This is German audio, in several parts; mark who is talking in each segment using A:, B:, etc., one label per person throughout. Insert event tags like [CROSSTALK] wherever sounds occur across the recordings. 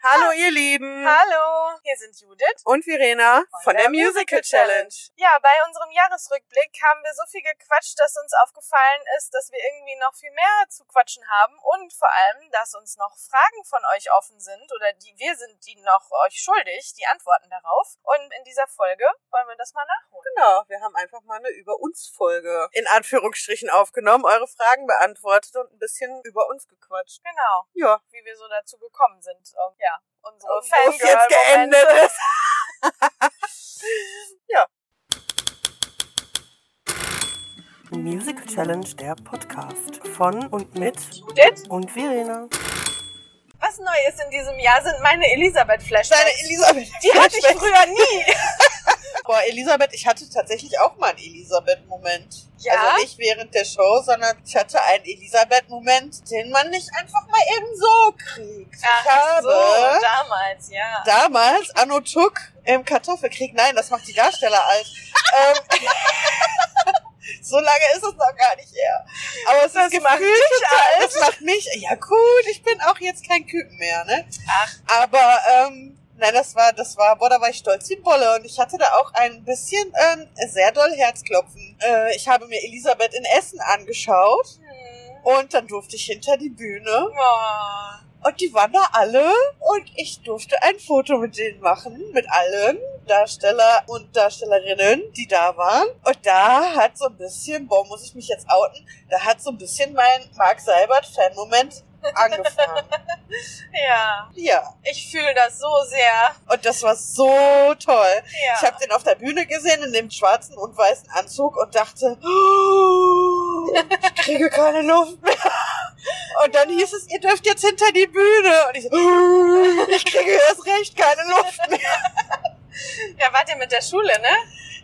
A: Hallo ihr Lieben
B: Hallo, hier sind Judith.
A: und Verena von der Musical Challenge.
B: Ja, bei unserem Jahresrückblick haben wir so viel gequatscht, dass uns aufgefallen ist, dass wir irgendwie noch viel mehr zu quatschen haben und vor allem, dass uns noch Fragen von euch offen sind oder die wir sind die noch euch schuldig, die Antworten darauf. Und in dieser Folge wollen wir das mal nachholen.
A: Genau, wir haben einfach mal eine Über uns Folge in Anführungsstrichen aufgenommen, eure Fragen beantwortet und ein bisschen über uns gequatscht.
B: Genau,
A: Ja,
B: wie wir so dazu gekommen sind. Und ja, unsere
A: Oh, wo es jetzt
B: Fangirl-Momente.
A: geendet ist. [LAUGHS] ja. Musical Challenge, der Podcast von und mit
B: Judith,
A: und Verena.
B: was neu ist in diesem Jahr, sind meine Elisabeth-Flashbacks.
A: Deine Elisabeth.
B: Die hatte ich früher nie.
A: Boah, Elisabeth, ich hatte tatsächlich auch mal einen Elisabeth-Moment.
B: Ja?
A: Also nicht während der Show, sondern ich hatte einen Elisabeth-Moment, den man nicht einfach mal eben so kriegt. ich
B: Ach
A: habe
B: so, damals, ja.
A: damals Anno Tuck im Kartoffelkrieg, nein, das macht die Darsteller alt. ähm, [LAUGHS] so lange ist es noch gar nicht her. Aber es ist
B: macht
A: gefühlt total, das macht mich, ja gut, ich bin auch jetzt kein Küken mehr, ne?
B: Ach,
A: Aber ähm, nein, das war, das war, boah, da war ich stolz wie ein Bolle und ich hatte da auch ein bisschen ähm, sehr doll Herzklopfen. Äh, ich habe mir Elisabeth in Essen angeschaut
B: hm.
A: und dann durfte ich hinter die Bühne
B: Oh.
A: und die waren da alle und ich durfte ein Foto mit denen machen, mit allen. Darsteller und Darstellerinnen, die da waren. Und da hat so ein bisschen, boah, muss ich mich jetzt outen, da hat so ein bisschen mein Marc Seibert-Fan-Moment angefangen.
B: Ja,
A: ja.
B: ich fühle das so sehr.
A: Und das war so toll.
B: Ja.
A: Ich habe den auf der Bühne gesehen in dem schwarzen und weißen Anzug und dachte, "Oh, ich kriege keine Luft mehr. Und dann hieß es, ihr dürft jetzt hinter die Bühne. Und ich so, "Oh, ich kriege erst recht keine Luft mehr.
B: ja, wart ihr mit der Schule, ne?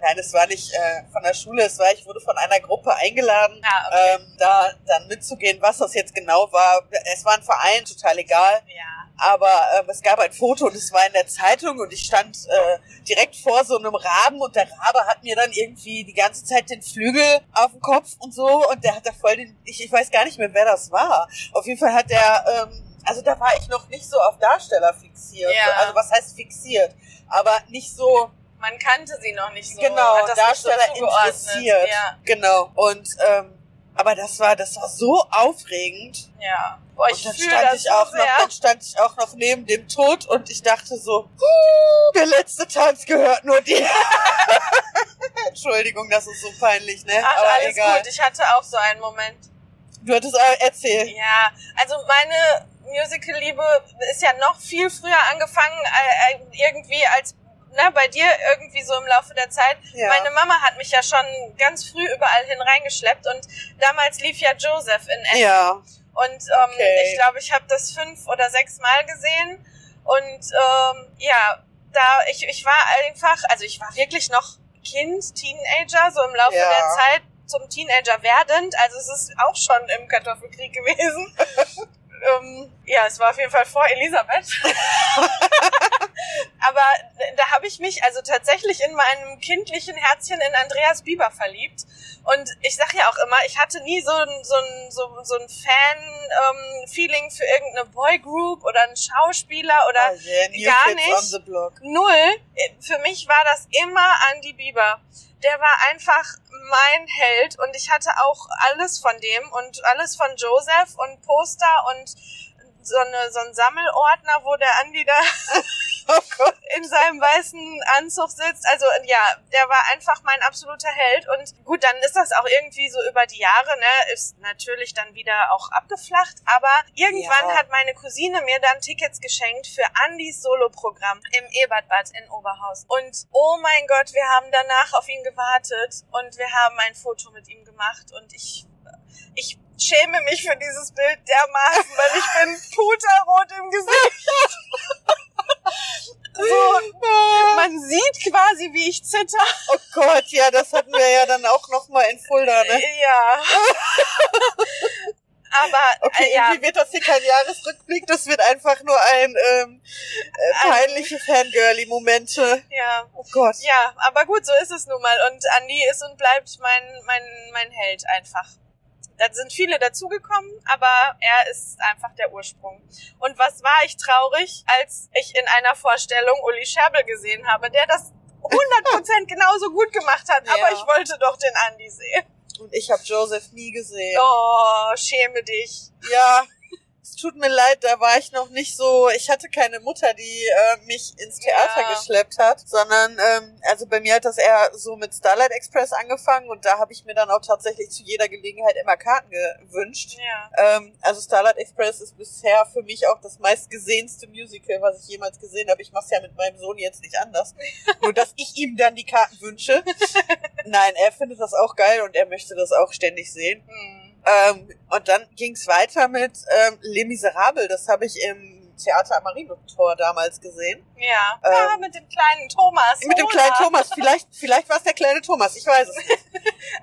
A: Nein, es war nicht äh, von der Schule, es war, ich wurde von einer Gruppe eingeladen,
B: Ja,
A: ähm, da dann mitzugehen, was das jetzt genau war. Es war ein Verein, total egal.
B: Ja.
A: Aber ähm, es gab ein Foto und es war in der Zeitung und ich stand äh, direkt vor so einem Raben und der Rabe hat mir dann irgendwie die ganze Zeit den Flügel auf den Kopf und so und der hat da voll den, ich, ich weiß gar nicht mehr, wer das war. Auf jeden Fall hat der, ähm, also da war ich noch nicht so auf Darsteller fixiert.
B: Ja.
A: Also was heißt fixiert? Aber nicht so
B: Man kannte sie noch nicht so.
A: genau
B: hat das nicht so
A: Darsteller
B: zugeordnet.
A: interessiert.
B: Ja,
A: Genau. Und ähm, aber das war, das war so aufregend
B: ja. Boah, ich
A: und dann
B: fühle
A: stand
B: das
A: ich
B: so
A: auch
B: sehr.
A: noch, dann stand ich auch noch neben dem Tod und ich dachte so, "Huh, der letzte Tanz gehört nur dir. [LAUGHS] Entschuldigung, das ist so peinlich, ne?
B: Ach,
A: Aber
B: alles
A: egal.
B: gut. Ich hatte auch so einen Moment.
A: Du hattest äh, aber erzählt.
B: Ja, also meine Musical-Liebe ist ja noch viel früher angefangen, äh, äh, irgendwie als ne, bei dir irgendwie so im Laufe der Zeit.
A: Ja.
B: Meine Mama hat mich ja schon ganz früh überall hin reingeschleppt und damals lief ja Joseph in Essen.
A: ja.
B: Und ähm,
A: Okay.
B: ich glaube, ich habe das fünf oder sechs Mal gesehen. Und ähm, ja, da ich, ich war einfach, also ich war wirklich noch Kind, Teenager, so im Laufe
A: Ja.
B: der Zeit zum Teenager werdend. Also es ist auch schon im Kartoffelkrieg gewesen. ähm, ja, es war auf jeden Fall vor Elisabeth. Aber da habe ich mich also tatsächlich in meinem kindlichen Herzchen in Andreas Bieber verliebt. Und ich sag ja auch immer, ich hatte nie so ein, so ein, so, so ein Fan-Feeling für irgendeine Boygroup oder einen Schauspieler oder
A: oh yeah, new
B: gar
A: kids
B: nicht.
A: on the block.
B: null. Für mich war das immer Andy Bieber. Der war einfach mein Held und ich hatte auch alles von dem und alles von Joseph und Poster und so, eine, so ein Sammelordner, wo der Andy da
A: Oh Gott.
B: in seinem weißen Anzug sitzt. Also ja, der war einfach mein absoluter Held. Und gut, dann ist das auch irgendwie so über die Jahre, ne? Ist natürlich dann wieder auch abgeflacht. Aber irgendwann
A: Ja.
B: hat meine Cousine mir dann Tickets geschenkt für Andys Soloprogramm im Ebertbad in Oberhaus. Und oh mein Gott, wir haben danach auf ihn gewartet und wir haben ein Foto mit ihm gemacht und ich. Ich schäme mich für dieses Bild dermaßen, weil ich bin puterrot im Gesicht. So, man sieht quasi, wie ich zitter.
A: Oh Gott, ja, das hatten wir ja dann auch nochmal in
B: [LAUGHS]
A: Fulda, ne?
B: Ja. Aber
A: Okay,
B: äh, ja,
A: irgendwie wird das hier kein Jahresrückblick, das wird einfach nur ein ähm, äh,
B: Ähm.
A: peinliche Fangirly-Momente.
B: ja.
A: Oh Gott.
B: Ja, aber gut, so ist es nun mal. Und Andi ist und bleibt mein, mein, mein Held einfach. Da sind viele dazugekommen, aber er ist einfach der Ursprung. Und was war ich traurig, als ich in einer Vorstellung Uli Scherbel gesehen habe, der das
A: [LAUGHS]
B: 100% genauso gut gemacht hat,
A: Ja.
B: aber ich wollte doch den Andi sehen.
A: Und ich habe Joseph nie gesehen.
B: Oh, schäme dich.
A: Ja, es tut mir leid, da war ich noch nicht so. Ich hatte keine Mutter, die äh, mich ins Theater
B: Ja.
A: geschleppt hat, sondern ähm, also bei mir hat das eher so mit Starlight Express angefangen und da habe ich mir dann auch tatsächlich zu jeder Gelegenheit immer Karten gewünscht.
B: Ja.
A: Ähm, also Starlight Express ist bisher für mich auch das meistgesehenste Musical, was ich jemals gesehen habe. Ich mache es ja mit meinem Sohn jetzt nicht anders. Nur dass ich ihm dann die Karten wünsche. Nein, er findet das auch geil und er möchte das auch ständig sehen.
B: Hm.
A: Ähm, und dann ging's weiter mit ähm, Les Miserables. Das habe ich im Theater am Marientor damals gesehen.
B: Ja. ja,
A: Ähm,
B: mit dem kleinen Thomas.
A: Mit dem
B: Hola.
A: kleinen Thomas. Vielleicht, vielleicht war es der kleine Thomas. Ich weiß es. nicht.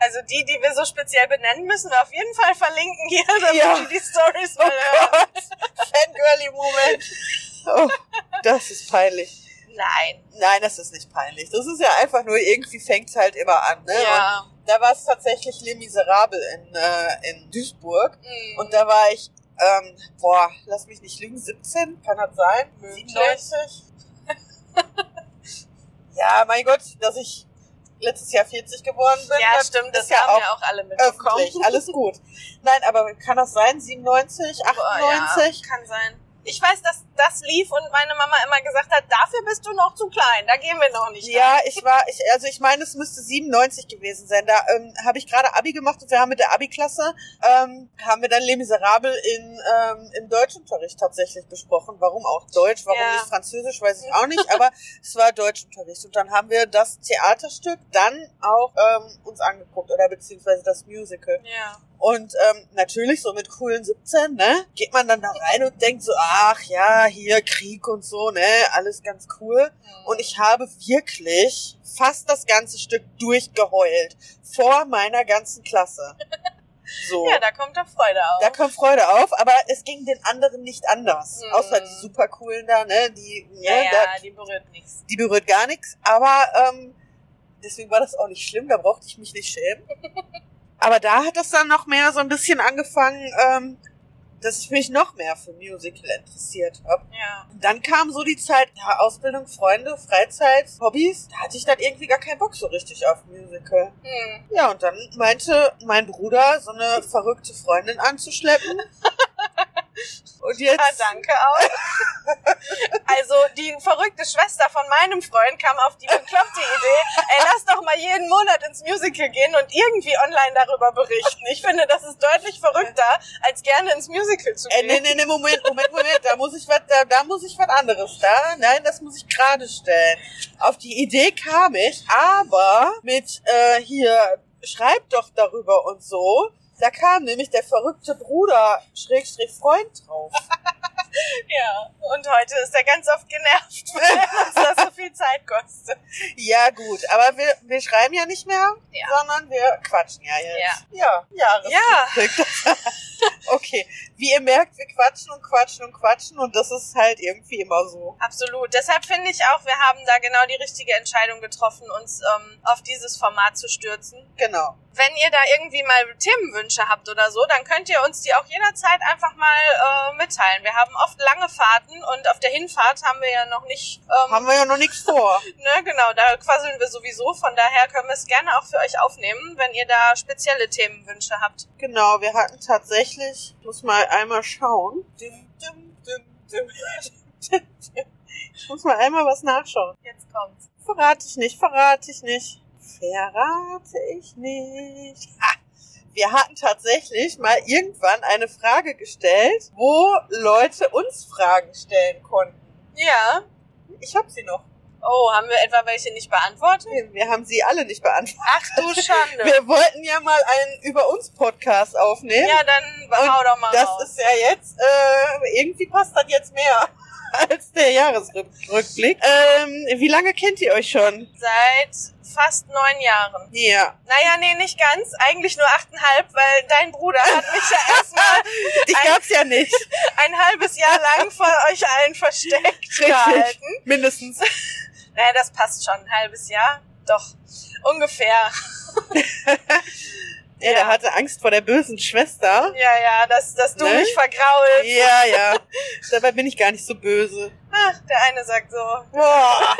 B: Also die, die wir so speziell benennen, müssen wir auf jeden Fall verlinken hier, [LAUGHS] damit
A: Ja. Oh
B: die die Stories mal hören.
A: Fangirly-Moment. Oh, das ist peinlich.
B: Nein.
A: Nein, das ist nicht peinlich. Das ist ja einfach nur, irgendwie fängt's halt immer an. Ne?
B: Ja.
A: Und da war es tatsächlich Les Miserables in, äh, in Duisburg.
B: Hm.
A: Und da war ich, ähm, boah, lass mich nicht lügen, 17, kann das sein?
B: Möglich.
A: 97? ja, mein Gott, dass ich letztes Jahr 40 geworden bin.
B: ja,
A: das
B: stimmt, das
A: ist ja
B: haben
A: auch
B: ja auch alle mitbekommen.
A: öffentlich, alles gut. Nein, aber kann das sein, 97,
B: Boah,
A: 98?
B: Oh, Ja, kann sein. Ich weiß, dass das lief und meine Mama immer gesagt hat, dafür bist du noch zu klein, da gehen wir noch nicht.
A: Ja, ich war, ich, also ich meine, es müsste 97 gewesen sein. Da ähm, habe ich gerade Abi gemacht und wir haben mit der Abi-Klasse, ähm, haben wir dann Les Miserables in, ähm, im Deutschunterricht tatsächlich besprochen. Warum auch Deutsch, warum
B: Ja.
A: nicht Französisch, weiß ich auch nicht, aber es war Deutschunterricht. Und dann haben wir das Theaterstück dann auch ähm, uns angeguckt oder beziehungsweise das Musical.
B: Ja.
A: Und ähm, natürlich so mit coolen 17, ne? Geht man dann da rein und denkt so, ach ja, hier Krieg und so, ne? Alles ganz cool. Und ich habe wirklich fast das ganze Stück durchgeheult. Vor meiner ganzen
B: [LAUGHS]
A: Klasse. So.
B: Hm. ja, da kommt doch Freude auf.
A: da kommt Freude auf, aber es ging den anderen nicht anders.
B: Mhm.
A: Außer die super coolen da, ne? Die,
B: ja,
A: ne?
B: ja,
A: Da,
B: die berührt nichts.
A: die berührt gar nichts, aber ähm, deswegen war das auch nicht schlimm, da brauchte ich mich nicht
B: [LAUGHS]
A: schämen. aber da hat das dann noch mehr so ein bisschen angefangen, ähm, dass ich mich noch mehr für Musical interessiert habe.
B: Ja.
A: Und dann kam so die Zeit, ja, Ausbildung, Freunde, Freizeit, Hobbys. Da hatte ich dann irgendwie gar keinen Bock so richtig auf Musical.
B: Hm.
A: Ja, und dann meinte mein Bruder, so eine verrückte Freundin anzuschleppen. und jetzt.
B: Ja, Ah, danke auch. also die verrückte Schwester von meinem Freund kam auf die bekloppte Idee, ey, lass doch mal jeden Monat ins Musical gehen und irgendwie online darüber berichten. Ich finde, das ist deutlich verrückter, als gerne ins Musical zu
A: Äh,
B: gehen.
A: nee, nee, nee, Moment, Moment, Moment, da muss ich was, da, da muss ich was anderes, da, nein, das muss ich gerade stellen. Auf die Idee kam ich, aber mit, äh, hier, schreibt doch darüber und so, da kam nämlich der verrückte Bruder, Schrägstrich Freund drauf.
B: Ja, und heute ist er ganz oft genervt, weil uns das so viel Zeit kostet.
A: Ja, gut, aber wir, wir schreiben ja nicht mehr,
B: Ja.
A: sondern wir quatschen ja jetzt. Ja. Ja, ja.
B: Ja,
A: Okay, wie ihr merkt, wir quatschen und quatschen und quatschen und das ist halt irgendwie immer so.
B: absolut. Deshalb finde ich auch, wir haben da genau die richtige Entscheidung getroffen, uns ähm, auf dieses Format zu stürzen.
A: Genau.
B: Wenn ihr da irgendwie mal Themenwünsche habt oder so, dann könnt ihr uns die auch jederzeit einfach mal äh, mitteilen. Wir haben oft lange Fahrten und auf der Hinfahrt haben wir ja noch nicht, ähm,
A: Haben wir ja noch nichts vor.
B: ne, genau, da quasseln wir sowieso. Von daher können wir es gerne auch für euch aufnehmen, wenn ihr da spezielle Themenwünsche habt.
A: Genau, wir hatten tatsächlich, ich muss mal einmal schauen. Dim, dim, dim, dim, dim, dim. [LAUGHS] Ich muss mal einmal was nachschauen.
B: Jetzt kommt's.
A: Verrate ich nicht, verrate ich nicht. Verrate ich nicht. Ha! Wir hatten tatsächlich mal irgendwann eine Frage gestellt, wo Leute uns Fragen stellen konnten.
B: Ja.
A: Ich habe sie noch.
B: Oh, haben wir etwa welche nicht beantwortet?
A: Wir haben sie alle nicht beantwortet.
B: Ach du Schande.
A: [LAUGHS] Wir wollten ja mal einen über uns Podcast aufnehmen.
B: Ja, dann hau doch mal
A: Das
B: raus.
A: ist ja jetzt, äh, irgendwie passt das jetzt mehr [LAUGHS] als der Jahresrückblick. Ähm, wie lange kennt ihr euch schon?
B: Seit fast neun Jahren.
A: Ja.
B: Naja, nee, nicht ganz. Eigentlich nur achteinhalb, weil dein Bruder hat mich ja erstmal
A: Ich
B: Ein-
A: gab's ja nicht.
B: ein halbes Jahr lang vor
A: [LAUGHS]
B: euch allen versteckt gehalten.
A: Mindestens.
B: Naja, das passt schon. Ein halbes Jahr? Doch. Ungefähr.
A: Ja, der
B: Ja.
A: hatte Angst vor der bösen Schwester.
B: Ja, ja, dass, dass du
A: Ne?
B: mich vergraulst.
A: Ja, ja. [LAUGHS] Dabei bin ich gar nicht so böse.
B: Ach, der eine sagt so.
A: Boah.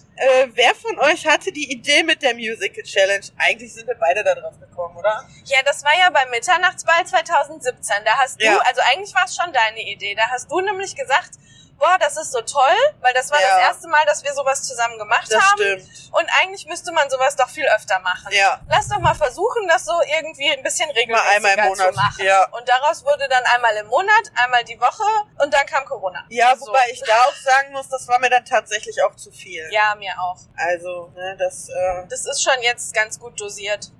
A: [LAUGHS] äh, wer von euch hatte die Idee mit der Musical Challenge? Eigentlich sind wir beide da drauf gekommen, oder?
B: Ja, das war ja beim Mitternachtsball 2017. Da hast du,
A: Ja.
B: also eigentlich war es schon deine Idee. Da hast du nämlich gesagt, boah, das ist so toll, weil das war
A: Ja.
B: das erste Mal, dass wir sowas zusammen gemacht
A: Das
B: haben.
A: stimmt.
B: Und eigentlich müsste man sowas doch viel öfter machen.
A: Ja.
B: Lass doch mal versuchen, das so irgendwie ein bisschen
A: Mal
B: regelmäßiger
A: einmal im
B: zu
A: Monat.
B: machen.
A: Ja.
B: Und daraus wurde dann einmal im Monat, einmal die Woche und dann kam Corona.
A: Ja,
B: So.
A: wobei ich da auch sagen muss, das war mir dann tatsächlich auch zu viel.
B: Ja, mir auch.
A: Also, ne, das, äh,
B: Das ist schon jetzt ganz gut dosiert.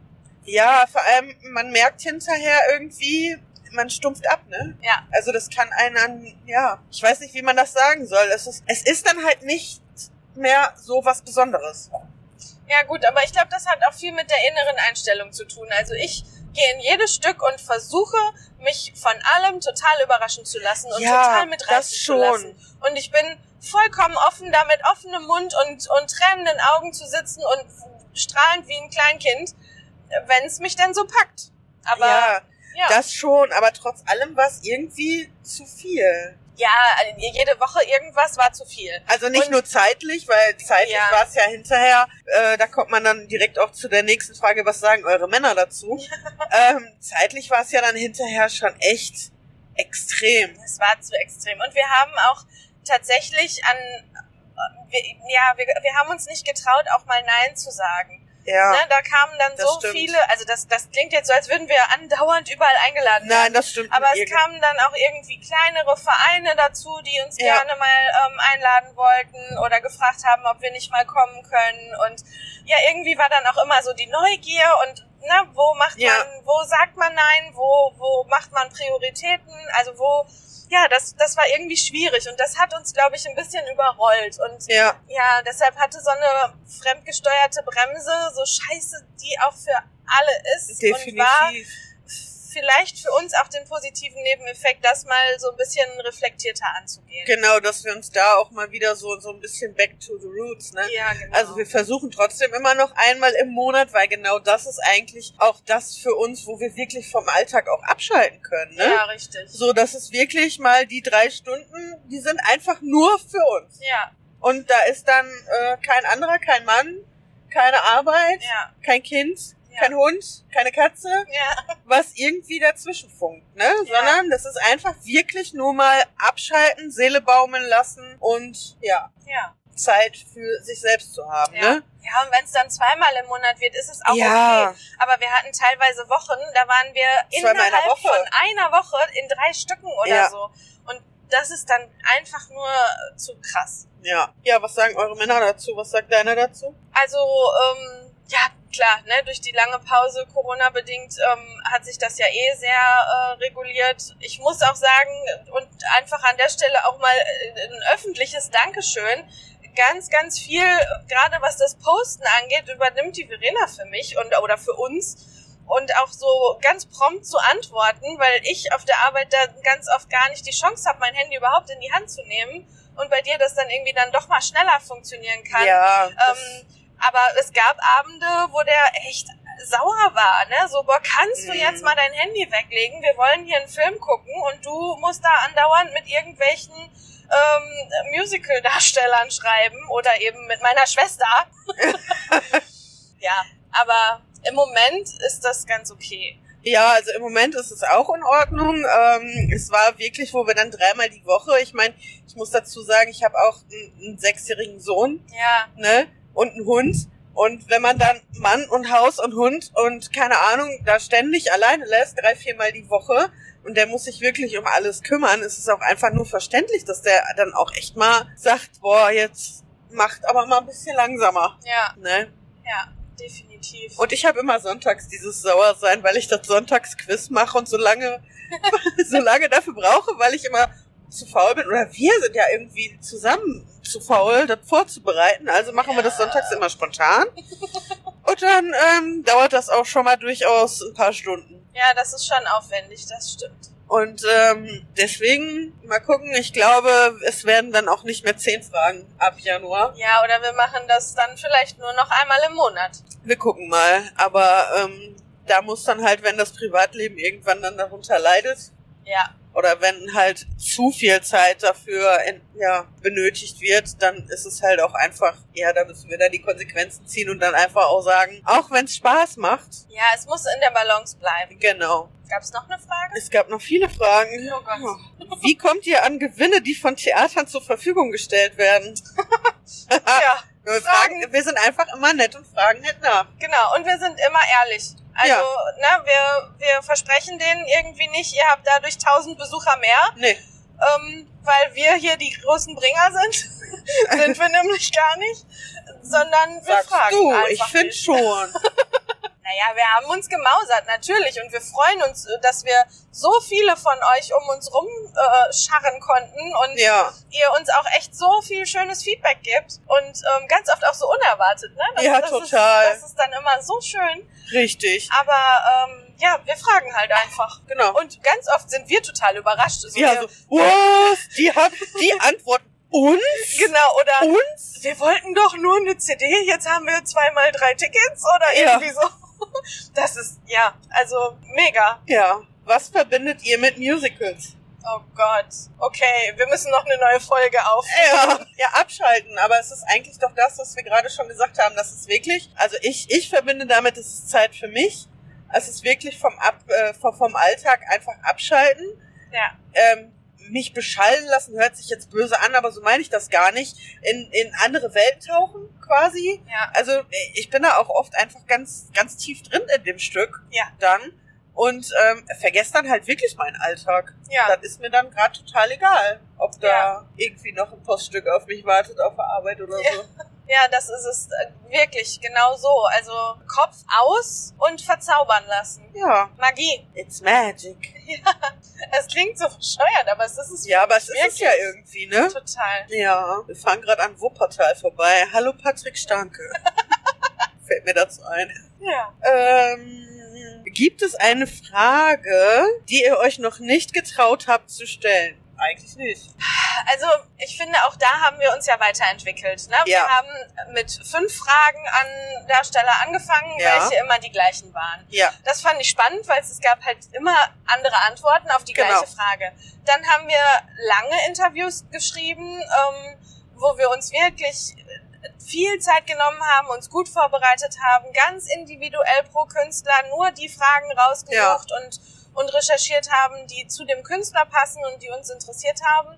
A: ja, vor allem, man merkt hinterher irgendwie, man stumpft ab, ne?
B: Ja.
A: Also das kann einen an, ja, ich weiß nicht, wie man das sagen soll. Es ist, es ist dann halt nicht mehr so was Besonderes.
B: Ja gut, aber ich glaube, das hat auch viel mit der inneren Einstellung zu tun. Also ich gehe in jedes Stück und versuche, mich von allem total überraschen zu lassen und
A: Ja,
B: total mitreißen
A: das
B: zu
A: schon.
B: lassen. Und ich bin vollkommen offen, da mit offenem Mund und, und tränenden Augen zu sitzen und strahlend wie ein Kleinkind, wenn es mich denn so packt. Aber ja,
A: ja, das schon, aber trotz allem war es irgendwie zu viel.
B: ja also jede Woche irgendwas war zu viel.
A: Also nicht
B: Und-
A: nur zeitlich, weil zeitlich
B: Ja.
A: war es ja hinterher. Äh, da kommt man dann direkt auch zu der nächsten Frage, was sagen eure Männer
B: [LAUGHS]
A: dazu? ähm, zeitlich war es ja dann hinterher schon echt extrem.
B: Es war zu extrem. Und wir haben auch tatsächlich an, wir, ja, wir, wir haben uns nicht getraut, auch mal Nein zu sagen.
A: Ja.
B: Ne, da kamen dann
A: das
B: so
A: stimmt.
B: viele, also das, das klingt jetzt so, als würden wir andauernd überall eingeladen
A: Nein,
B: werden.
A: das stimmt.
B: Aber es
A: Irgend-
B: kamen dann auch irgendwie kleinere Vereine dazu, die uns
A: Ja.
B: gerne mal ähm, einladen wollten oder gefragt haben, ob wir nicht mal kommen können. Und ja, irgendwie war dann auch immer so die Neugier und ne, wo macht
A: Ja.
B: man, wo sagt man nein, wo, wo macht man Prioritäten, also wo, ja, das, das war irgendwie schwierig und das hat uns, glaube ich, ein bisschen überrollt. Und
A: Ja,
B: ja, deshalb hatte so eine fremdgesteuerte Bremse, so scheiße die auch für alle ist und war
A: definitiv.
B: vielleicht für uns auch den positiven Nebeneffekt, das mal so ein bisschen reflektierter anzugehen.
A: Genau, dass wir uns da auch mal wieder so, so ein bisschen back to the roots, ne?
B: Ja, genau.
A: Also wir versuchen trotzdem immer noch einmal im Monat, weil genau das ist eigentlich auch das für uns, wo wir wirklich vom Alltag auch abschalten können, ne?
B: Ja, richtig.
A: So, das ist wirklich mal die drei Stunden, die sind einfach nur für uns.
B: Ja,
A: Und da ist dann äh, kein anderer, kein Mann, keine Arbeit,
B: ja,
A: kein Kind,
B: Ja.
A: kein Hund, keine Katze,
B: ja,
A: was irgendwie dazwischen funkt, ne? Sondern das ist einfach wirklich nur mal abschalten, Seele baumeln lassen und ja,
B: ja.
A: Zeit für sich selbst zu haben,
B: Ja.
A: ne?
B: Ja, und wenn es dann zweimal im Monat wird, ist es auch okay. Aber wir hatten teilweise Wochen, da waren wir
A: Zweimal in einer
B: innerhalb
A: Woche.
B: von einer Woche in drei Stücken oder
A: Ja.
B: so. Und das ist dann einfach nur äh, zu krass.
A: ja. Ja, was sagen eure Männer dazu? Was sagt deiner dazu?
B: Also, ähm, ja, klar, ne, durch die lange Pause Corona-bedingt ähm, hat sich das ja eh sehr äh, reguliert. Ich muss auch sagen und einfach an der Stelle auch mal äh, ein öffentliches Dankeschön. Ganz, ganz viel, äh, gerade was das Posten angeht, übernimmt die Verena für mich und oder für uns. Und auch so ganz prompt zu antworten, weil ich auf der Arbeit da ganz oft gar nicht die Chance habe, mein Handy überhaupt in die Hand zu nehmen und bei dir das dann irgendwie dann doch mal schneller funktionieren kann.
A: ja. das-
B: Ähm, aber es gab Abende, wo der echt sauer war, ne? So, boah, kannst du
A: Mhm.
B: jetzt mal dein Handy weglegen? Wir wollen hier einen Film gucken und du musst da andauernd mit irgendwelchen ähm, Musical-Darstellern schreiben oder eben mit meiner
A: [LAUGHS]
B: Schwester. ja, aber im Moment ist das ganz okay.
A: Ja, also im Moment ist es auch in Ordnung. Ähm, es war wirklich, wo wir dann dreimal die Woche, ich meine, ich muss dazu sagen, ich habe auch einen, einen sechsjährigen Sohn
B: Ja,
A: ne? und einen Hund. Und wenn man dann Mann und Haus und Hund und keine Ahnung, da ständig alleine lässt, drei, viermal die Woche, und der muss sich wirklich um alles kümmern, ist es auch einfach nur verständlich, dass der dann auch echt mal sagt, boah, jetzt macht aber mal ein bisschen langsamer.
B: ja,
A: Ne?
B: ja, definitiv.
A: Und ich habe immer sonntags dieses Sauersein, weil ich das Sonntagsquiz mache und
B: [LAUGHS]
A: so lange, so lange dafür brauche, weil ich immer zu faul bin. Oder wir sind ja irgendwie zusammen zu faul, das vorzubereiten. Also machen wir das
B: Ja.
A: sonntags immer spontan. Und dann ähm, dauert das auch schon mal durchaus ein paar Stunden.
B: ja, das ist schon aufwendig, das stimmt.
A: Und ähm, deswegen, mal gucken, ich glaube, es werden dann auch nicht mehr zehn Fragen ab Januar.
B: Ja, oder wir machen das dann vielleicht nur noch einmal im Monat.
A: Wir gucken mal. Aber ähm, da muss dann halt, wenn das Privatleben irgendwann dann darunter leidet,
B: Ja,
A: oder wenn halt zu viel Zeit dafür in, ja, benötigt wird, dann ist es halt auch einfach, ja, da müssen wir dann die Konsequenzen ziehen und dann einfach auch sagen, auch wenn es Spaß macht.
B: ja, es muss in der Balance bleiben.
A: Genau.
B: Gab es noch eine Frage?
A: Es gab noch viele Fragen.
B: Oh Gott.
A: Wie kommt ihr an Gewinne, die von Theatern zur Verfügung gestellt werden?
B: Ja,
A: Wir, fragen, wir sind einfach immer nett und fragen nett nach.
B: genau. Und wir sind immer ehrlich. Also, ne, wir, wir versprechen denen irgendwie nicht, ihr habt dadurch 1000 Besucher mehr,
A: Nee,
B: ähm, weil wir hier die großen Bringer sind. [LAUGHS] sind
A: [LAUGHS]
B: wir nämlich gar nicht. Sondern wir
A: sagst
B: fragen
A: du,
B: einfach
A: ich finde
B: nicht. [LAUGHS]
A: schon.
B: Naja, wir haben uns gemausert, natürlich. Und wir freuen uns, äh, dass wir so viele von euch um uns rum äh, scharren konnten und
A: Ja,
B: ihr uns auch echt so viel schönes Feedback gibt. Und ähm, ganz oft auch so unerwartet, ne?
A: Ja, total.
B: Ist, das ist dann immer so schön.
A: richtig.
B: Aber ähm, ja, wir fragen halt einfach.
A: Genau.
B: Und ganz oft sind wir total überrascht. So
A: ja,
B: wir,
A: also so, was? Die haben die [LAUGHS] Antwort und?
B: [LAUGHS] Genau, oder
A: Uns?
B: wir wollten doch nur eine CD, jetzt haben wir zweimal drei Tickets oder
A: Ja.
B: irgendwie so. [LAUGHS] Das ist, ja, also mega.
A: Ja. Was verbindet ihr mit Musicals?
B: Oh Gott. Okay, wir müssen noch eine neue Folge auf.
A: [LAUGHS] Ja, ja, abschalten. Aber es ist eigentlich doch das, was wir gerade schon gesagt haben. Das ist wirklich, also ich, ich verbinde damit, es ist Zeit für mich. Es ist wirklich vom, Ab, äh, vom, vom Alltag einfach abschalten.
B: Ja.
A: Ähm, mich beschallen lassen hört sich jetzt böse an, aber so meine ich das gar nicht. In, in andere Welten tauchen quasi.
B: Ja.
A: Also äh, ich bin da auch oft einfach ganz, ganz tief drin in dem Stück
B: Ja.
A: dann und ähm, vergesse dann halt wirklich meinen Alltag.
B: Ja.
A: Das ist mir dann gerade total egal, ob da
B: Ja.
A: irgendwie noch ein Poststück auf mich wartet auf der Arbeit oder so.
B: Also, Ja, das ist es äh, wirklich genau so. Also Kopf aus und verzaubern lassen.
A: Ja,
B: Magie.
A: it's magic.
B: Es klingt so [LAUGHS] bescheuert, aber es ist es
A: Ja, aber es ist es
B: Wirklich?
A: ja irgendwie, ne?
B: total.
A: Ja, wir fahren gerade an Wuppertal vorbei. Hallo Patrick Stanke. Fällt mir dazu ein.
B: Ja.
A: Ähm, gibt es eine Frage, die ihr euch noch nicht getraut habt zu stellen? Eigentlich nicht.
B: Also ich finde, auch da haben wir uns ja weiterentwickelt. Ne? Wir
A: Ja.
B: haben mit fünf Fragen an Darsteller angefangen,
A: Ja.
B: welche immer die gleichen waren.
A: Ja,
B: Das fand ich spannend, weil es gab halt immer andere Antworten auf die
A: Genau.
B: gleiche Frage. Dann haben wir lange Interviews geschrieben, ähm, wo wir uns wirklich äh, viel Zeit genommen haben, uns gut vorbereitet haben, ganz individuell pro Künstler nur die Fragen rausgesucht und, und recherchiert haben, die zu dem Künstler passen und die uns interessiert haben.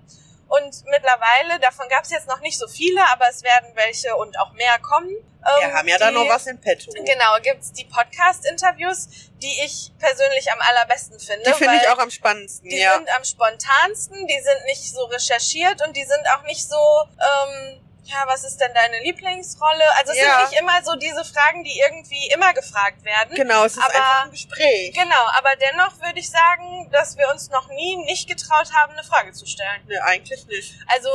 B: Und mittlerweile, davon gab es jetzt noch nicht so viele, aber es werden welche und auch mehr kommen.
A: wir
B: ähm,
A: haben ja da
B: die-
A: noch was in petto.
B: Genau, gibt's die Podcast-Interviews, die ich persönlich am allerbesten finde.
A: Die finde
B: weil
A: ich auch am spannendsten,
B: Die
A: ja.
B: sind am spontansten, die sind nicht so recherchiert und die sind auch nicht so, ähm, ja, was ist denn deine Lieblingsrolle? Also es
A: Ja.
B: sind nicht immer so diese Fragen, die irgendwie immer gefragt werden.
A: Genau, es ist
B: aber-
A: einfach ein Gespräch.
B: Genau, aber dennoch würde ich sagen, dass wir uns noch nie nicht getraut haben, eine Frage zu stellen.
A: Nee, Ne, eigentlich nicht.
B: Also,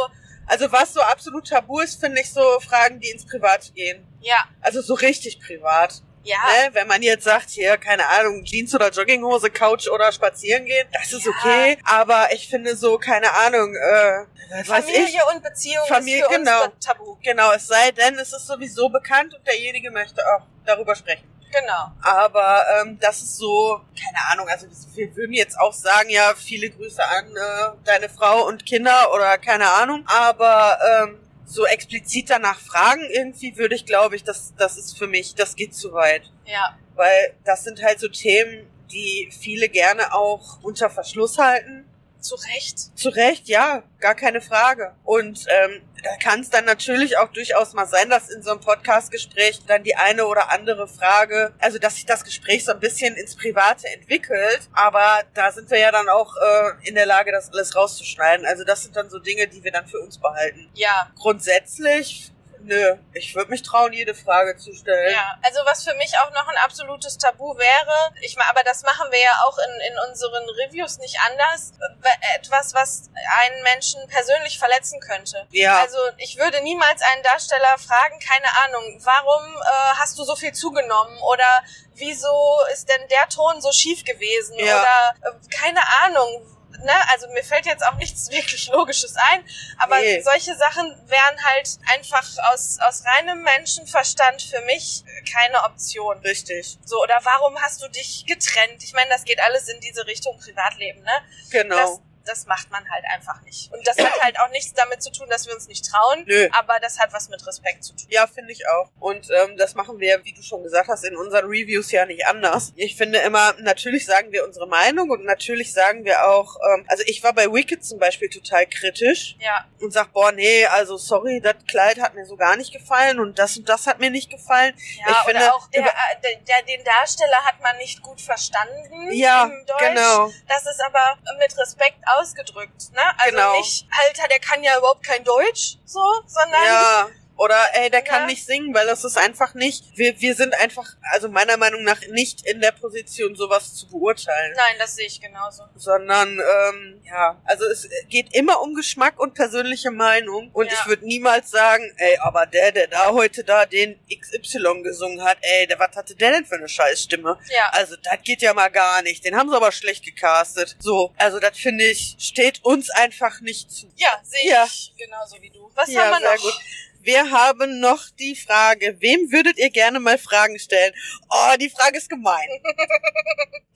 A: Also was so absolut tabu ist, finde ich so Fragen, die ins Private gehen.
B: ja,
A: Also so richtig privat.
B: ja.
A: Ne? Wenn man jetzt sagt, hier, keine Ahnung, Jeans oder Jogginghose, Couch oder spazieren gehen, das ist
B: Ja.
A: okay. Aber ich finde so, keine Ahnung, äh, was weiß
B: Familie
A: ich.
B: und Beziehung
A: Familie,
B: ist für
A: genau.
B: uns tabu.
A: Genau, es sei denn, es ist sowieso bekannt und derjenige möchte auch darüber sprechen.
B: Genau.
A: Aber ähm, das ist so, keine Ahnung, also das- wir würden jetzt auch sagen, ja, viele Grüße an äh, deine Frau und Kinder oder keine Ahnung. Aber ähm, so explizit danach fragen irgendwie würde ich, glaube ich, das, das ist für mich, das geht zu weit.
B: Ja,
A: Weil das sind halt so Themen, die viele gerne auch unter Verschluss halten.
B: zu Recht.
A: Zu Recht, ja, gar keine Frage. Und ähm, da kann es dann natürlich auch durchaus mal sein, dass in so einem Podcast-Gespräch dann die eine oder andere Frage, also dass sich das Gespräch so ein bisschen ins Private entwickelt, aber da sind wir ja dann auch äh, in der Lage, das alles rauszuschneiden. Also das sind dann so Dinge, die wir dann für uns behalten.
B: Ja,
A: Grundsätzlich Nö, ich würde mich trauen, jede Frage zu stellen.
B: Ja, also was für mich auch noch ein absolutes Tabu wäre, ich meine, aber das machen wir ja auch in, in unseren Reviews nicht anders, äh, etwas, was einen Menschen persönlich verletzen könnte.
A: Ja.
B: Also ich würde niemals einen Darsteller fragen, keine Ahnung, warum äh, hast du so viel zugenommen oder wieso ist denn der Ton so schief gewesen
A: Ja.
B: oder äh, keine Ahnung. Ne? Also mir fällt jetzt auch nichts [LAUGHS] wirklich Logisches ein, aber
A: Nee.
B: solche Sachen wären halt einfach aus, aus reinem Menschenverstand für mich keine Option.
A: Richtig,
B: So, oder warum hast du dich getrennt? Ich meine, das geht alles in diese Richtung Privatleben, ne?
A: genau.
B: Das, das macht man halt einfach nicht. Und das hat halt auch nichts damit zu tun, dass wir uns nicht trauen,
A: Nö.
B: aber das hat was mit Respekt zu tun.
A: Ja, finde ich auch. Und ähm, das machen wir, wie du schon gesagt hast, in unseren Reviews ja nicht anders. Ich finde immer, natürlich sagen wir unsere Meinung und natürlich sagen wir auch, ähm, also ich war bei Wicked zum Beispiel total kritisch
B: Ja,
A: und sag, boah, nee, also sorry, das Kleid hat mir so gar nicht gefallen und das und das hat mir nicht gefallen.
B: ja
A: Ich
B: oder
A: finde,
B: auch der, äh, der, der, den Darsteller hat man nicht gut verstanden
A: Ja,
B: im Deutsch.
A: genau.
B: Das ist aber mit Respekt ausgedrückt, ne? Also
A: Genau.
B: nicht, Alter, der kann ja überhaupt kein Deutsch, so, sondern
A: Ja. Oder ey, der kann
B: Ja.
A: nicht singen, weil das ist einfach nicht. Wir, wir sind einfach, also meiner Meinung nach, nicht in der Position, sowas zu beurteilen.
B: Nein, das sehe ich genauso.
A: sondern ähm, ja, also es geht immer um Geschmack und persönliche Meinung und
B: Ja.
A: ich würde niemals sagen, ey, aber der, der da heute da den XY gesungen hat, ey, der, was hatte der denn für eine Scheißstimme?
B: Ja.
A: Also das geht ja mal gar nicht, den haben sie aber schlecht gecastet. So, also das finde ich, steht uns einfach nicht zu.
B: Ja, sehe
A: Ja.
B: ich genauso wie du. Was
A: Ja,
B: haben wir
A: sehr
B: noch?
A: gut. Wir haben noch die Frage, wem würdet ihr gerne mal Fragen stellen? Oh, die Frage ist gemein.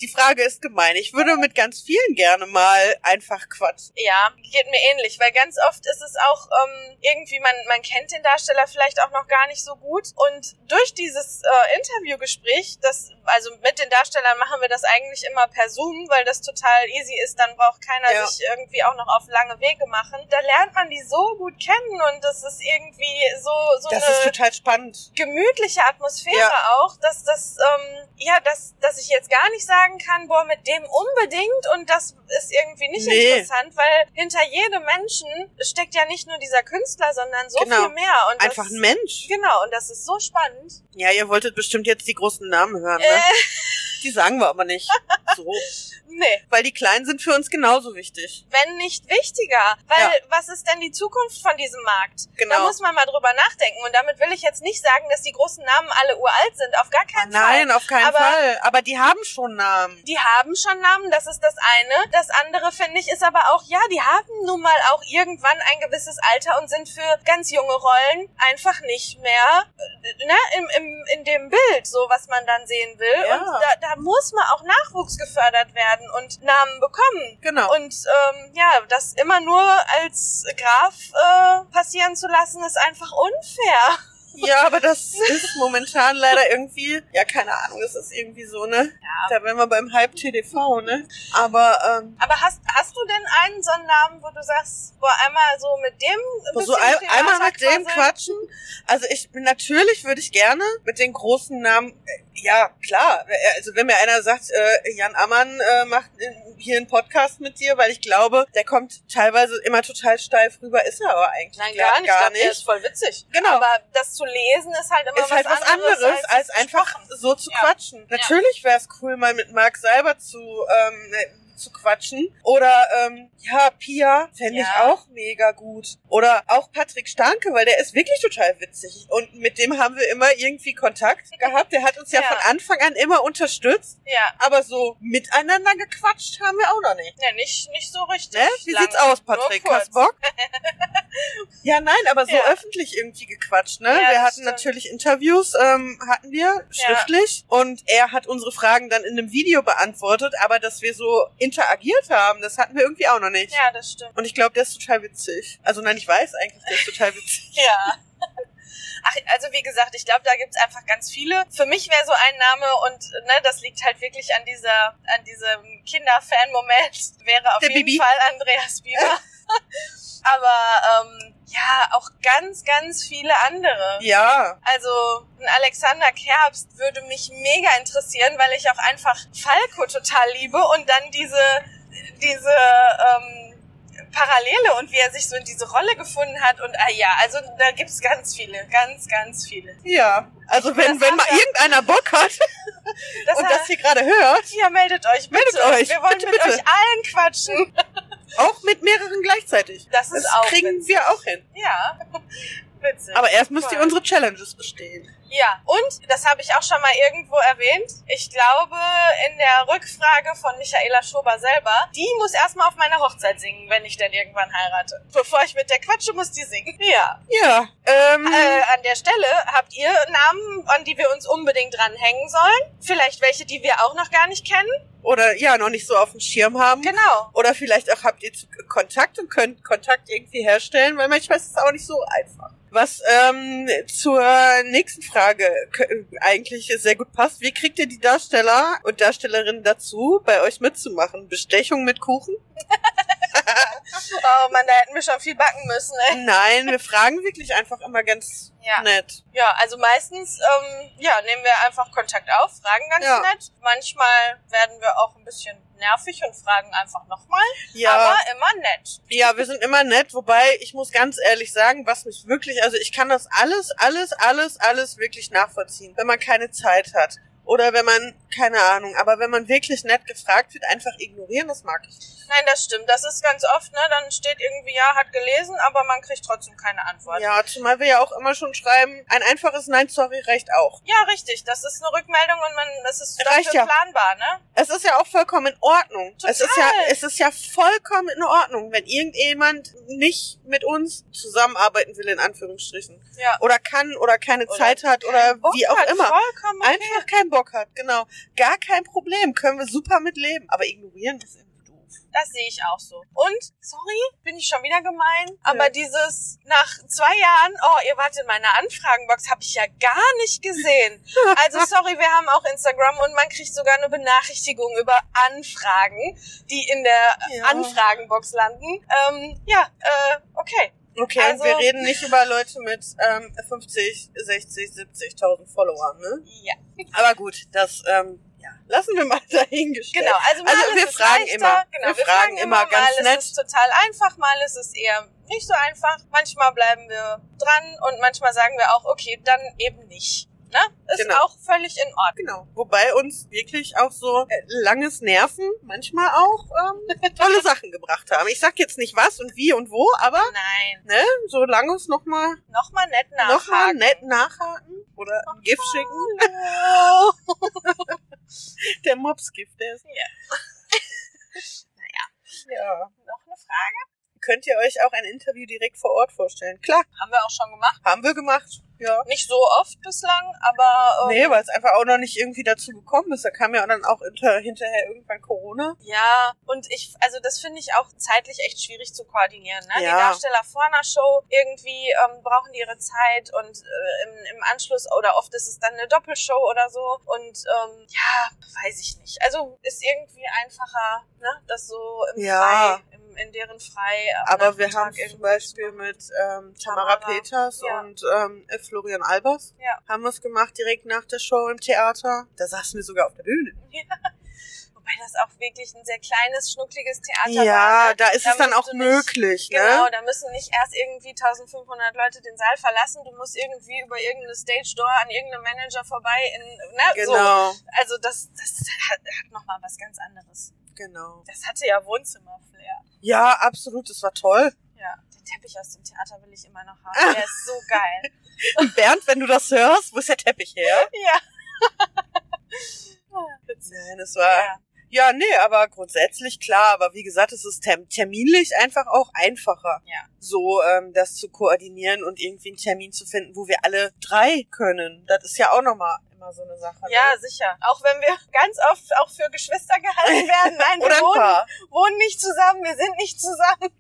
A: die Frage ist gemein. Ich würde mit ganz vielen gerne mal einfach quatschen.
B: Ja, geht mir ähnlich, weil ganz oft ist es auch ähm, irgendwie, man, man kennt den Darsteller vielleicht auch noch gar nicht so gut. Und durch dieses äh, Interviewgespräch, das, also mit den Darstellern machen wir das eigentlich immer per Zoom, weil das total easy ist, dann braucht keiner
A: Ja.
B: sich irgendwie auch noch auf lange Wege machen. Da lernt man die so gut kennen und das ist irgendwie so, so
A: Das
B: eine
A: ist total spannend.
B: gemütliche Atmosphäre
A: Ja.
B: auch, dass das ähm, ja, dass dass ich jetzt gar nicht sagen kann, boah, mit dem unbedingt und das ist irgendwie nicht
A: Nee.
B: interessant, weil hinter jedem Menschen steckt ja nicht nur dieser Künstler, sondern so
A: Genau.
B: viel mehr und
A: Einfach
B: das,
A: ein Mensch.
B: genau und das ist so spannend.
A: Ja, ihr wolltet bestimmt jetzt die großen Namen hören, ne?
B: Äh,
A: Die sagen wir aber
B: [LAUGHS]
A: nicht. So.
B: nee,
A: Weil die Kleinen sind für uns genauso wichtig.
B: wenn nicht wichtiger, weil
A: Ja.
B: was ist denn die Zukunft von diesem Markt?
A: Genau.
B: Da muss man mal drüber nachdenken und damit will ich jetzt nicht sagen, dass die großen Namen alle uralt sind, auf gar keinen Fall.
A: Nein, auf keinen
B: Aber-
A: Fall. Aber die haben schon Namen.
B: die haben schon Namen, das ist das eine. Das andere finde ich ist aber auch, ja, die haben nun mal auch irgendwann ein gewisses Alter und sind für ganz junge Rollen einfach nicht mehr äh, ne, im, im, in dem Bild, so was man dann sehen will.
A: Ja.
B: Und da, da muss man auch Nachwuchs gefördert werden und Namen bekommen.
A: Genau.
B: Und ähm, ja, das immer nur als Graf äh, passieren zu lassen, ist einfach unfair.
A: Ja, aber das ist momentan leider irgendwie, ja, keine Ahnung, das ist irgendwie so, ne?
B: Ja.
A: Da wären wir beim Hype TDV, ne? Aber ähm,
B: Aber hast, hast du denn einen so einen Namen, wo du sagst, boah, einmal so mit dem ein
A: so
B: bisschen
A: ein,
B: privater
A: einmal mit dem
B: quasseln?
A: quatschen. Also ich natürlich würde ich gerne mit den großen Namen, äh, ja klar, also wenn mir einer sagt, äh, Jan Ammann äh, macht in, hier einen Podcast mit dir, weil ich glaube, der kommt teilweise immer total steif rüber, ist er aber eigentlich
B: Nein,
A: gla-
B: gar nicht.
A: Gar
B: ich glaub, Der ist
A: nicht.
B: voll witzig.
A: Genau.
B: Aber das zu lesen ist halt immer
A: ist halt was anderes,
B: es
A: als, einfach
B: gesprochen.
A: so zu
B: Ja.
A: quatschen. Natürlich wär's cool, mal mit Marc Seiber zu, ähm, äh, zu quatschen. Oder ähm, ja, Pia fände ich
B: Ja.
A: auch mega gut. Oder auch Patrick Stanke, weil der ist wirklich total witzig. Und mit dem haben wir immer irgendwie Kontakt gehabt. Der hat uns ja,
B: Ja.
A: von Anfang an immer unterstützt.
B: Ja.
A: Aber so miteinander gequatscht haben wir auch noch nicht.
B: Ja, nicht, nicht so richtig.
A: Ne? Wie
B: lang.
A: sieht's aus, Patrick?
B: Nur kurz.
A: Hast Bock? [LAUGHS] ja, nein, aber so
B: Ja.
A: öffentlich irgendwie gequatscht, ne?
B: Ja,
A: wir
B: das
A: hatten
B: stimmt.
A: natürlich Interviews, ähm, hatten wir schriftlich und er hat unsere Fragen dann in einem Video beantwortet, aber dass wir so interagiert haben, das hatten wir irgendwie auch noch nicht.
B: Ja, das stimmt.
A: Und ich glaube, der ist total witzig. Also nein, ich weiß eigentlich, der ist total witzig.
B: Ja. [LAUGHS] Ach, also wie gesagt, ich glaube, da gibt's einfach ganz viele. Für mich wäre so ein Name und ne, das liegt halt wirklich an dieser, an diesem Kinderfan-Moment, wäre auf
A: Der
B: jeden
A: Bibi.
B: Fall Andreas
A: [LAUGHS]
B: Bieber. Aber ähm, ja, auch ganz, ganz viele andere.
A: Ja,
B: Also ein Alexander Kerbst würde mich mega interessieren, weil ich auch einfach Falco total liebe und dann diese, diese ähm, Parallele und wie er sich so in diese Rolle gefunden hat. Und ah ja, also da gibt's ganz viele, ganz, ganz viele.
C: Ja. Also wenn,
B: Das
C: wenn mal
B: hat ja-
C: irgendeiner Bock hat
B: Das
C: und
B: hat-
C: das hier gerade hört,
B: ja, meldet euch bitte.
C: Meldet euch,
B: Wir wollen
C: bitte,
B: mit
C: bitte.
B: euch allen quatschen.
C: auch mit mehreren gleichzeitig.
B: Das ist auch
C: kriegen
B: witzig.
C: wir auch hin.
B: Ja. [LAUGHS] Witzig.
C: Aber erst müsst ihr
B: Voll.
C: unsere Challenges bestehen.
B: Ja, und das habe ich auch schon mal irgendwo erwähnt. Ich glaube, in der Rückfrage von Michaela Schober selber, die muss erstmal auf meiner Hochzeit singen, wenn ich denn irgendwann heirate. Bevor ich mit der quatsche, muss die singen. Ja.
C: Ja. Ähm,
B: Äh, an der Stelle habt ihr Namen, an die wir uns unbedingt dranhängen sollen. Vielleicht welche, die wir auch noch gar nicht kennen.
C: Oder ja, noch nicht so auf dem Schirm haben.
B: Genau.
C: Oder vielleicht auch habt ihr zu- Kontakt und könnt Kontakt irgendwie herstellen, weil manchmal ist es auch nicht so einfach. Was ähm, zur nächsten Frage k- eigentlich sehr gut passt. Wie kriegt ihr die Darsteller und Darstellerinnen dazu, bei euch mitzumachen? Bestechung mit
B: [LAUGHS]
C: Kuchen?
B: Oh Mann, da hätten wir schon viel backen müssen, ey.
C: Nein, wir fragen wirklich einfach immer ganz
B: Ja.
C: nett.
B: Ja, also meistens ähm, ja, nehmen wir einfach Kontakt auf, fragen ganz
C: Ja.
B: nett. Manchmal werden wir auch ein bisschen nervig und fragen einfach nochmal.
C: Ja,
B: Aber immer nett.
C: ja, wir sind immer nett, wobei ich muss ganz ehrlich sagen, was mich wirklich, also ich kann das alles, alles, alles, alles wirklich nachvollziehen, wenn man keine Zeit hat. Oder wenn man, keine Ahnung, aber wenn man wirklich nett gefragt wird, einfach ignorieren, das mag ich. nicht.
B: Nein, das stimmt. Das ist ganz oft, ne? Dann steht irgendwie, ja, hat gelesen, aber man kriegt trotzdem keine Antwort.
C: Ja, zumal wir ja auch immer schon schreiben, ein einfaches Nein, sorry, reicht auch.
B: Ja, richtig. Das ist eine Rückmeldung und man, das ist
C: Reicht
B: dafür
C: ja.
B: planbar, ne?
C: Es ist ja auch vollkommen in Ordnung. Es ist ja,
B: Total.
C: es ist ja vollkommen in Ordnung, wenn irgendjemand nicht mit uns zusammenarbeiten will, in Anführungsstrichen.
B: Ja.
C: Oder kann oder keine
B: Oder
C: Zeit hat oder
B: Bock
C: wie auch
B: hat,
C: immer.
B: Vollkommen okay.
C: einfach keinen Bock hat, genau. Gar kein Problem, können wir super mit leben. Aber ignorieren ist irgendwie doof.
B: Das sehe ich auch so. Und, sorry, bin ich schon wieder gemein, aber dieses nach zwei Jahren, oh, ihr wart in meiner Anfragenbox, habe ich ja gar nicht gesehen. Also sorry, wir haben auch Instagram und man kriegt sogar eine Benachrichtigung über Anfragen, die in der
C: Ja.
B: Anfragenbox landen. Ähm, ja, äh, okay.
C: Okay,
B: Also-
C: und wir reden nicht über Leute mit ähm, 50, 60, 70.000 Followern, ne?
B: Ja,
C: Aber gut, das ähm, ja. lassen wir mal
A: [LAUGHS]
C: dahingestellt.
B: genau. Also, mal
C: Also
B: ist
C: wir
B: es
C: fragen
B: leichter,
C: immer.
B: Genau,
C: Wir fragen immer ganz
B: mal
C: nett.
B: ist es total einfach, mal ist es eher nicht so einfach. Manchmal bleiben wir dran und manchmal sagen wir auch, okay, dann eben nicht. Ne? Ist
C: Genau.
B: auch völlig in Ordnung.
C: Genau. Wobei uns wirklich auch so äh, langes Nerven manchmal auch ähm, tolle Sachen gebracht haben. Ich sag jetzt nicht was und wie und wo, aber
B: Nein,
C: so lange es nochmal
B: nochmal nett nachhaken.
C: noch mal nett nachhaken oder ein Gift schicken.
B: Hallo.
C: Der Mopsgift, der ist.
B: Ja.
C: [LAUGHS] Ja.
B: Noch eine Frage?
C: könnt ihr euch auch ein Interview direkt vor Ort vorstellen. Klar,
B: Haben wir auch schon gemacht.
C: haben wir gemacht. Ja.
B: Nicht so oft bislang, aber... ähm,
C: Nee, weil es einfach auch noch nicht irgendwie dazu gekommen ist. Da kam ja dann auch inter, hinterher irgendwann Corona.
B: Ja, und ich, also das finde ich auch zeitlich echt schwierig zu koordinieren.
C: Ja.
B: Ne? Die Darsteller vor einer Show irgendwie ähm, brauchen die ihre Zeit und äh, im, im Anschluss oder oft ist es dann eine Doppelshow oder so. Und ähm, ja, weiß ich nicht. Also ist irgendwie einfacher, ne? Das so im
C: Ja.
B: Frei, im, in deren Frei. am
C: Aber wir
B: Nachmittag
C: haben
B: irgendwie
C: zum Beispiel mit ähm, Tamara,
B: Tamara.
C: Peters
B: Ja.
C: und ähm, Florian Albers
B: Ja.
C: haben wir es gemacht, direkt nach der Show im Theater. Da saßen wir sogar auf der Bühne.
B: Wobei das auch wirklich ein sehr kleines, schnuckliges Theater war.
C: ja,
B: ne?
C: da ist es dann
B: musst
C: auch
B: du nicht-
C: möglich.
B: Genau,
C: ne?
B: da müssen nicht erst irgendwie 1500 Leute den Saal verlassen. Du musst irgendwie über irgendeine Stage Door an irgendeinem Manager vorbei in, ne, so.
C: Genau,
B: Also das, das hat, hat nochmal was ganz anderes.
C: genau.
B: Das hatte ja Wohnzimmer-Flair.
C: Ja, absolut, das war toll.
B: Ja, den Teppich aus dem Theater will ich immer noch
C: [LAUGHS]
B: haben. Der ist so geil.
C: Bernd, wenn du das hörst, wo ist der Teppich her?
B: Ja.
C: Nein, das war, Ja, nee, aber grundsätzlich klar. Aber wie gesagt, es ist term terminlich einfach auch einfacher,
B: Ja.
C: so ähm, das zu koordinieren und irgendwie einen Termin zu finden, wo wir alle drei können. Das ist ja auch nochmal immer so eine Sache.
B: Ja,
C: ne?
B: sicher. Auch wenn wir ganz oft auch für Geschwister
C: [LAUGHS]
B: gehalten werden. Nein, wir
C: Oder ein
B: wohnen,
C: paar.
B: wohnen nicht zusammen, wir sind nicht zusammen.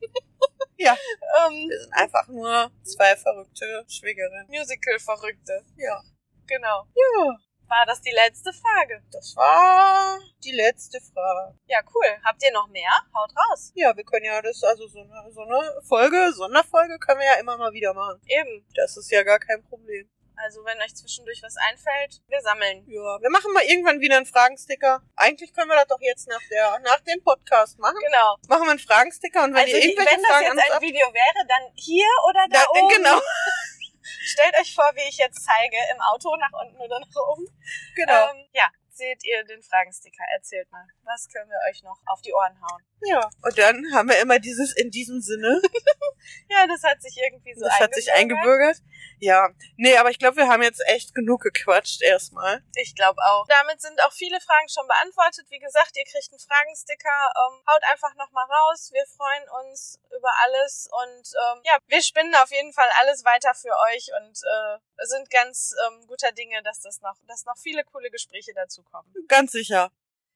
C: Ja.
B: [LAUGHS] ähm,
C: Wir sind einfach nur zwei verrückte Schwägerinnen.
B: Musical-Verrückte.
C: Ja.
B: Genau.
C: Ja,
B: War das die letzte Frage?
C: das
A: Ah,
C: war die letzte Frage.
B: Ja, cool. Habt ihr noch mehr? Haut raus.
C: Ja, wir können ja das, also so eine, so eine Folge, Sonderfolge können wir ja immer mal wieder machen.
B: Eben.
C: Das ist ja gar kein Problem.
B: Also wenn euch zwischendurch was einfällt, wir sammeln.
C: Ja, wir machen mal irgendwann wieder einen Fragensticker. Eigentlich können wir das doch jetzt nach der, nach dem Podcast machen.
B: Genau.
C: Machen wir einen Fragensticker und wenn
B: Also
C: ihr
B: wenn
C: irgendwelche
B: das
C: Fragen
B: jetzt
C: an uns
B: ein
C: habt,
B: Video wäre, dann hier oder da,
C: da,
B: oben.
C: genau,
B: Stellt euch vor, wie ich jetzt zeige, im Auto nach unten oder nach oben.
C: genau.
B: Ähm, ja, seht ihr den Fragensticker. Erzählt mal, was können wir euch noch auf die Ohren hauen?
C: Ja. Und dann haben wir immer dieses in diesem Sinne.
B: Ja, das hat sich irgendwie so
C: das hat sich eingebürgert. Ja. Nee, aber ich glaube, wir haben jetzt echt genug gequatscht erstmal.
B: Ich glaube auch. Damit sind auch viele Fragen schon beantwortet. Wie gesagt, ihr kriegt einen Fragensticker. Ähm, haut einfach nochmal raus. Wir freuen uns über alles. Und ähm, ja, wir spinnen auf jeden Fall alles weiter für euch und äh, sind ganz ähm, guter Dinge, dass das noch, dass noch viele coole Gespräche dazu kommen.
C: Ganz sicher.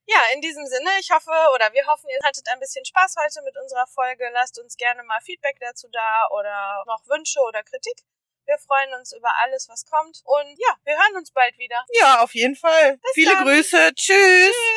B: Ja, in diesem Sinne, ich hoffe oder wir hoffen, ihr hattet ein bisschen Spaß heute mit unserer Folge. Lasst uns gerne mal Feedback dazu da oder noch Wünsche oder Kritik. Wir freuen uns über alles, was kommt. Und ja, wir hören uns bald wieder.
C: Ja, auf jeden Fall. Viele
B: dann.
C: Grüße. Tschüss.